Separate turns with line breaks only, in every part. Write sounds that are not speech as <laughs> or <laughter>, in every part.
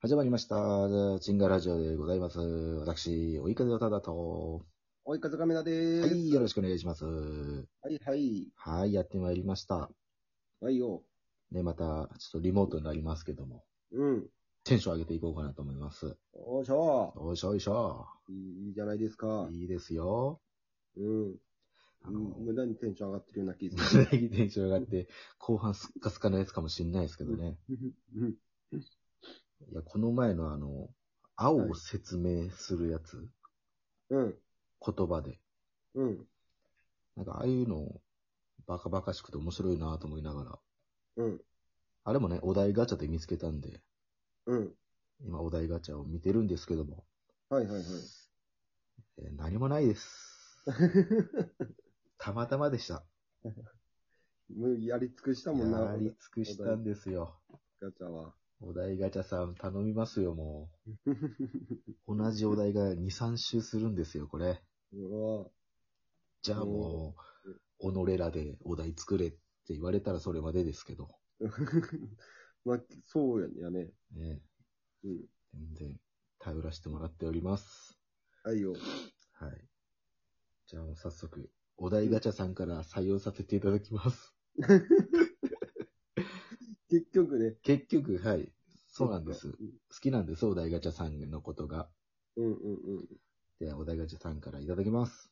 始まりました。チンガラジオでございます。私、追い風をただと。
おい、風亀田で
は
ーす。
い、よろしくお願いします。
はい、はい。
はい、やってまいりました。
はいよ。
ね、また、ちょっとリモートになりますけども、
うん。
テンション上げていこうかなと思います。
おーしょ
よいしょよいしょ。
ーいいいいじゃないですか。
いいですよ。
うん。
あの、 <laughs>
無駄にテンション上がってるような気がす
無駄にテンション上がって、後半すっかすかのやつかもしんないですけどね。
る。うん
いや、この前のあの、青を説明するやつ、
うん。
言葉で。
うん。
なんか、ああいうの、バカバカしくて面白いなと思いながら、
うん。
あれもね、お題ガチャで見つけたんで、
うん。
今お題ガチャを見てるんですけども、
はいはいはい。
えー何もない
<laughs>
です。たまたまでした。
もうやり尽くしたもんな。
やり尽くしたんですよ。
ガチャは。
お題ガチャさん頼みますよ、もう。同じお題が2、3周するんですよ、これ。
うわ <laughs>
じゃあもう、己らでお題作れって言われたらそれまでですけど、
ーまあ、そうやね。
ね、
うん。
全然頼らせてもらっております。
はいよ。
はい。じゃあもう早速、お題ガチャさんから採用させていただきます。
結局ね。
結局、はい。そうなんです。
う
好きなんです、お題ガチャさんのことが。
うんうん
では、お題ガチャさんからいただきます。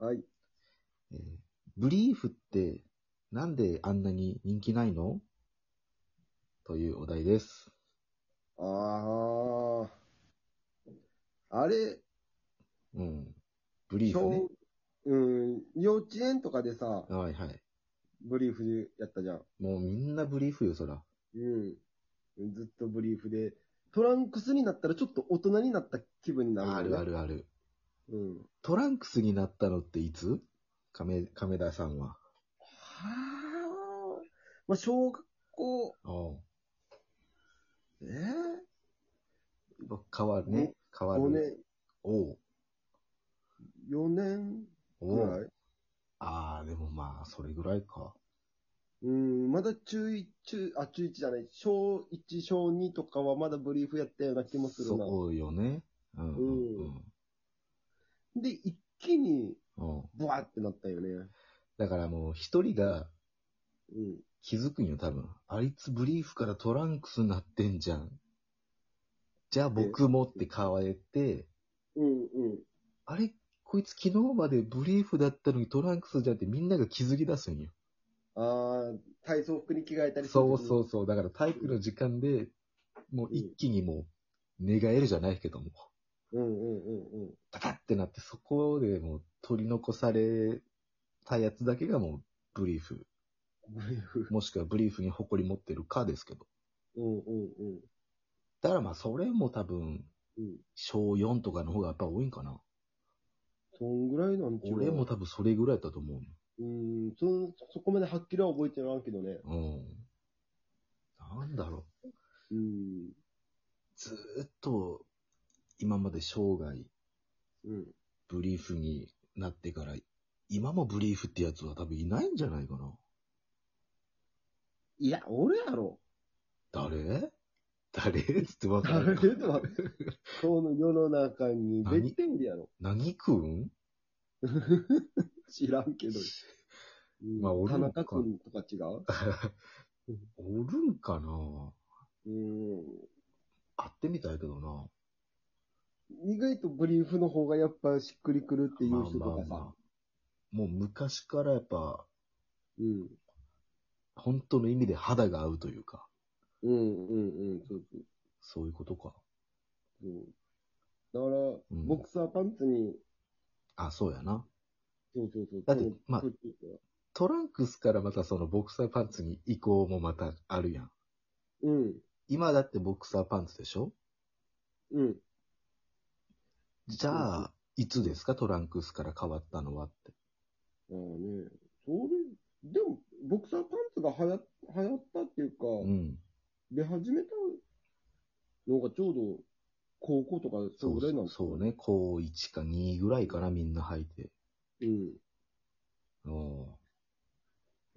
うん。はい。
えーブリーフって、なんであんなに人気ないのというお題です。
ああ。あれ、
うん。ブリーフね。
小うん、幼稚園とかでさ、
はいはい。
ブリーフやったじゃん。
もうみんなブリーフよ、そら。
うん。ずっとブリーフで、トランクスになったらちょっと大人になった気分になる、
あるあ。るある。
うん。
トランクスになったのっていつ亀、亀田さんは。
はあ。まあ、小学校、
おう
え
変わるね。変
ー、
わ
?5
る。
年、
おう
4年
お
ぐら
う
い
ああ、でもまあ、それぐらいか。
うん、まだ中1、中、あ、中1じゃない、小1、小2とかはまだブリーフやったような気もするな。
そうよね。うんうん
で、一気に、
うん。うん。
ブワーってなったよね。
だからもう一人が
うん。
気づくんよ、多分。あいつブリーフからトランクスなってんじゃん。じゃあ僕もって買われて、
うんうん。
あれこいつ昨日までブリーフだったのにトランクスじゃんってみんなが気づき出すんよ。
ああ、体操服に着替えたり。
そうそううそう。だから体育の時間で、もう一気にもう、寝返るじゃないけども、
うんうんうんうん。
パタってなってそこでもう取り残されたやつだけがもうブリーフ。
ブリーフ。
もしくはブリーフに誇り持ってるかですけど。
うんうんうん。
だからまあ、それも多分、
うん。
小4とかの方がやっぱ多いんかな。
そんぐらいなんちゅうの
俺も。多分それぐらいだと思う。
うん、そん、そこまではっきりは覚えてないけどね。
うん。なんだろう。
うん。
ずーっと、今まで生涯、
うん。
ブリーフになってから、今もブリーフってやつは多分いないんじゃないかな。
いや、俺やろ。
誰誰つってわか
<laughs> 誰
る。
でも、この世の中に
何
別点でやろ。
何食うん
知らんけど。うん
<laughs> まあ俺
田
も
中君とか違う
おるんかな
うん。
会ってみたいけどな。
意外とブリーフの方がやっぱしっくりくるっていう人とか
まあまあ。
さ
もう昔からやっぱ、
うん。
本当の意味で肌が合うというか、
うんうんうん。そうそう。
そういうことか。
そう。だから、
ん
ボクサーパンツに、
あ、そうやな。
そうそうそう。
だって
この
まあ
こっち行った
トランクスからまたそのボクサーパンツに移行もまたあるやん。
うん、
今だってボクサーパンツでしょ
うん。
じゃあ、いつですかトランクスから変わったのはって。
ああね、それ、でも、ボクサーパンツが流行流行ったっていうか、
うん。
出始めたのがちょうど、高校とか、そ
そ
のぐらいな
う、
の
そうね。高1か2ぐらいからみんな履いて。
うん。
お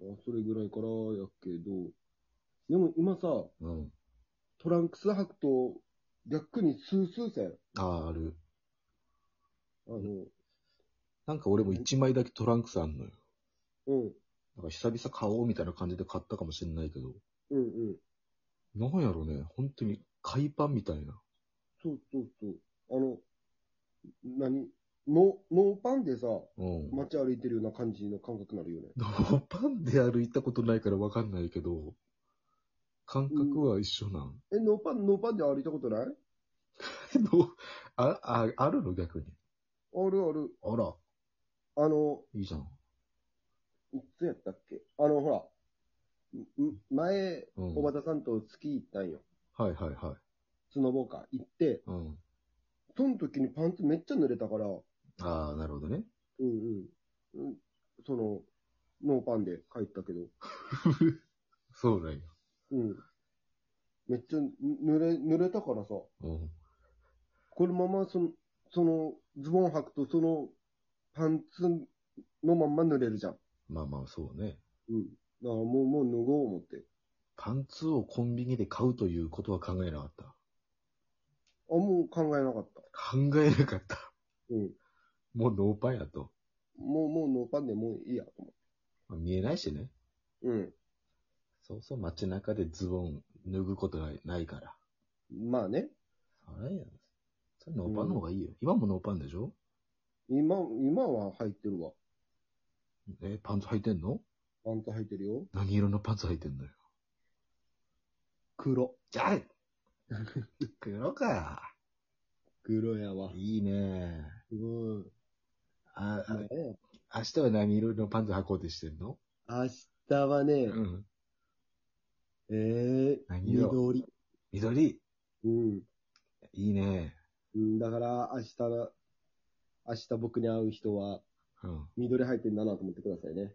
あそれぐらいからやけど、でも今さ、
ーうん。
トランクス履くと、逆に数数線。
ああ、ある。
あの、
なんか俺も一枚だけトランクスあんのよ。
うん、
なんか久々買おうみたいな感じで買ったかもしれないけど、
うん、うん。
なんやろね、本当に海パンみたいな。
そうそうそう。あの、何ノノーパンでさ、
うん。
街歩いてるような感じの感覚になるよね。
ノーパンで歩いたことないからわかんないけど、感覚は一緒なん。
え、ノーパン、ノーパンで歩いたことないある
の <laughs> あ、あ、あるの逆に。
ある。
あら、
あの、
いいじゃん。
いつやったっけあの、ほら、んん前、
うん。
小畑さんとスキー行ったんよ。
はいはいはい。
スノボーカー行って、
うん。
その時にパンツめっちゃ濡れたから、
ああ、なるほどね。
うんうん。うんその、ノーパンで帰ったけど、
そうなんや。
うん。めっちゃ濡れ、濡れたからさ、こ
うん。
のままその、その、ズボン履くとその、パンツのまんま濡れるじゃん。
まあまあ、そうね。
うん。だからもう、もう脱ごう思って。
パンツをコンビニで買うということは考えなかった。
あ、もう考えなかった。
考えなかった。 <laughs>
うん。
もうノーパンやと。
もう、もうノーパンでもういいやと思
まあ見えないしね。
って。
そうそう街中でズボン脱ぐことないないから。
うん。まあね。
あれやん。それノーパンの方がいいよ。今もノーパンでしょ
今、今は履いてるわ。
え、パンツ履いてんの
パンツ履いてるよ。
何色のパンツ履いてんのよ。
黒。
じ <laughs> ゃあ黒か。
黒やわ。
いいね。
うん。
あ、あ
ね
明日は何色のパンツ履こうとしてんの
明日はね、
ん。
えー、
何色
緑。
緑。
うん
いいね。
うん。だから、明日の、明日僕に会う人は、
うん。
緑入ってんだなと思ってくださいね。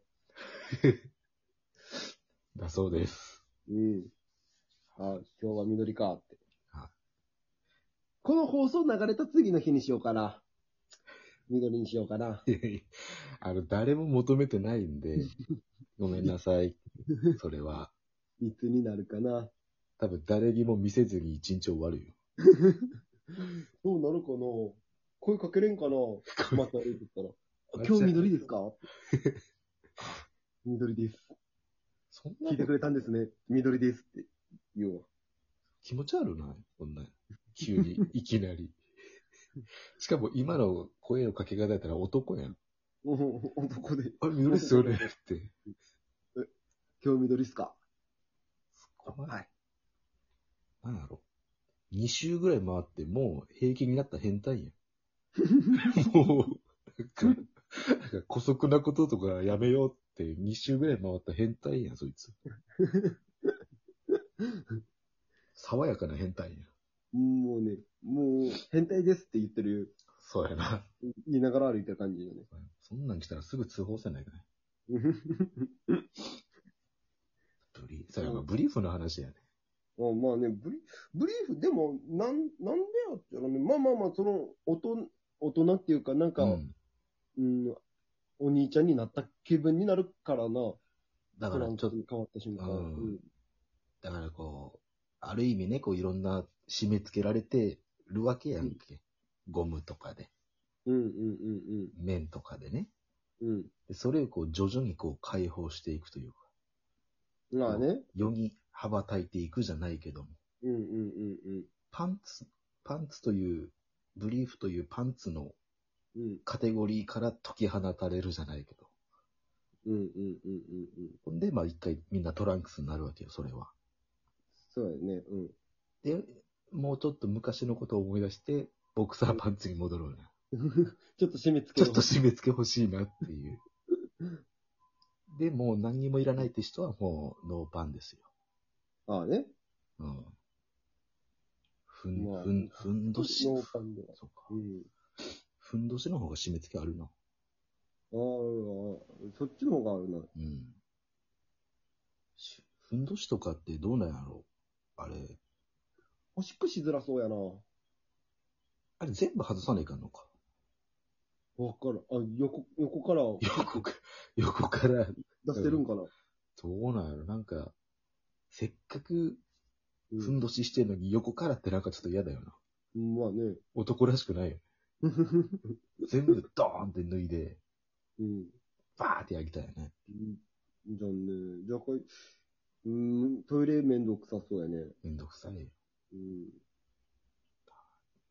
だそう <laughs> です。
うん。あ、今日は緑かって。
はい
この放送流れた次の日にしようかな。緑にしようかな。
あの、誰も求めてないん <laughs> で、ごめんなさい。それは。
いつになるかな。
多分誰にも見せずに一日終わるよ。
どうなるかな声かけれんかなまた歩いてったら。
れ
今日緑です <laughs> かあ緑です。
そん
聞いてくれたんですね。緑ですって言おうわ。
気持ち悪ないこんな。急に、いき <laughs> なり。しかも今の声のかけ方だったら男やん。
うん男で。
あれ、緑っすよねって。
今日緑っすか
怖い。なんやろ。2周ぐらい回って、もう平気になった変態や <laughs> ん。もう、なんか、なんか、古速なこととかやめようって、2周ぐらい回った変態やん、そいつ。爽やかな変態やん。
うんもうね、もう変態ですって言ってる、
そうやな。
言いながら歩いてる感じよね。
そんなん来たらすぐ通報せないかね。
<laughs>
ブリーフ。そうやな、
うん
ブリーフの話やね。
あまあね、ブリブリーフ、でも、なん、なんでやったらね、まあまあまあ、その、大人、大人っていうか、なんか、
う
うん、
ん。
お兄ちゃんになった気分になるからな、
だから、ちょっと
トランクに変わった瞬間。
うんだからこう、ある意味ね、こういろんな締め付けられてるわけやんけ。ゴムとかで、
うん、うん、うん、
面とかでね。
うん、うん。
でそれをこう徐々にこう解放していくというか、
まあね、
世に羽ばたいていくじゃないけども、
うん、うん、うん、
パンツ、パンツという、ブリーフというパンツの
うん、うん、
カテゴリーから解き放たれるじゃないけど。
うん、うん、うん、うん、うん。
ほんで、まあ一回みんなトランクスになるわけよ、それは。
そうだよね、うん。
で、もうちょっと昔のことを思い出して、ボクサーパンツに戻ろうね。
<laughs> ちょっと締め付
ち
け
ょっと締め付け欲しいなっていう。で、もう何にもいらないって人はもうノーパンですよ。
ああね。
うん。ふん、
まあ
ふん、ふんどし。
ノーパンでは
そうか
う。ん。
ふんどしの方が締め付けあるな。
ああ、そっちの方があるな。
うん。しふんどしとかってどうなんやろうあれ、
おしっこしづらそうやな。
あれ全部外さないかんのか。 <laughs>
わからん。あ、横、横から
横か、横から、
出してるんかな。
どうなんやろなんか、せっかく
う
ふん
ん。
どししてんのに横からってなんかちょっと嫌だよな。
うんまあね。
男らしくない
<laughs>
よ。全部ドーンって脱いで、
うん。
バーってやりたいよね。
うんじゃんね。じゃあこい、うん、トイレめんどくさそうやね。
めんどくさいよ。
うん。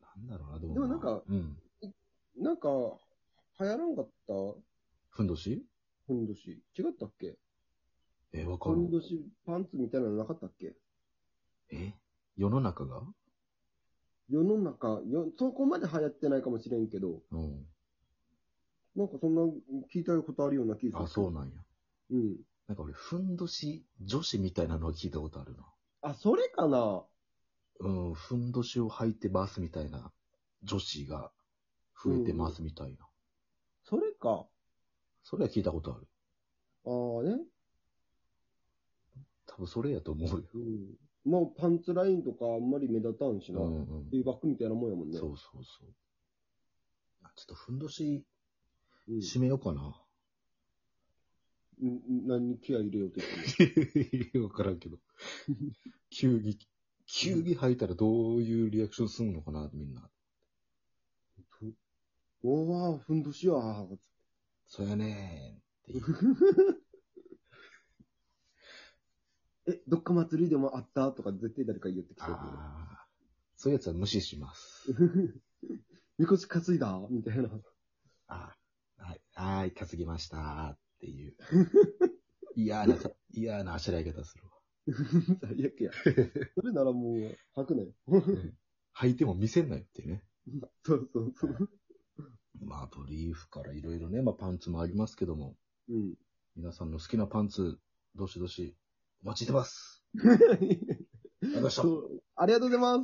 なんだろうな、でも。
でもなんか、
うん。
なんか、流行らんかった
ふんどし
ふんどし。違ったっけ
え、わか
ふ
る
ん。どしパンツみたいなのなかったっけ
え世の中が
世の中よ、そこまで流行ってないかもしれんけど、
うん。
なんかそんな聞いたことあるような気が
あ、
する。
そうなんや。
う。うん。
なんか俺、ふんどし女子みたいなのは聞いたことあるな。
あ、それかな
うん、ふんどしを履いてますみたいな女子が増えてますみたいな。
それか。
それは聞いたことある。
ああね。
多分それやと思うよ。
うん。まあ、パンツラインとかあんまり目立たんし
う
な。
んうん。
ティーバックみたいなもんやもんね。
そうそうそう。あちょっとふんどし
うん。
締めようかな。
うん何に気合い入れようとしてんの
<laughs> わからんけど。球技、球技履いたらどういうリアクションすんのかな、みんな。
<laughs> おー、ふんどしやー。
そうやねーって
え、どっか祭りでもあったとか絶対誰か言ってきてる。
ああ。そういうやつは無視します。
みこし担いだみたいな。 <laughs>
ああはい。はーい、担ぎましたーっていう。嫌な、嫌なあしらい方するわ。
最悪や。それならもう、吐くね。 <laughs>
履いても見せんなよっていうね。
そうそうそう。
まあ、ブリーフからいろいろね、まあパンツもありますけども、
<laughs> うん。
皆さんの好きなパンツ、どしどし、お待ちしてます。ありがとうございました
そうありがとうございます。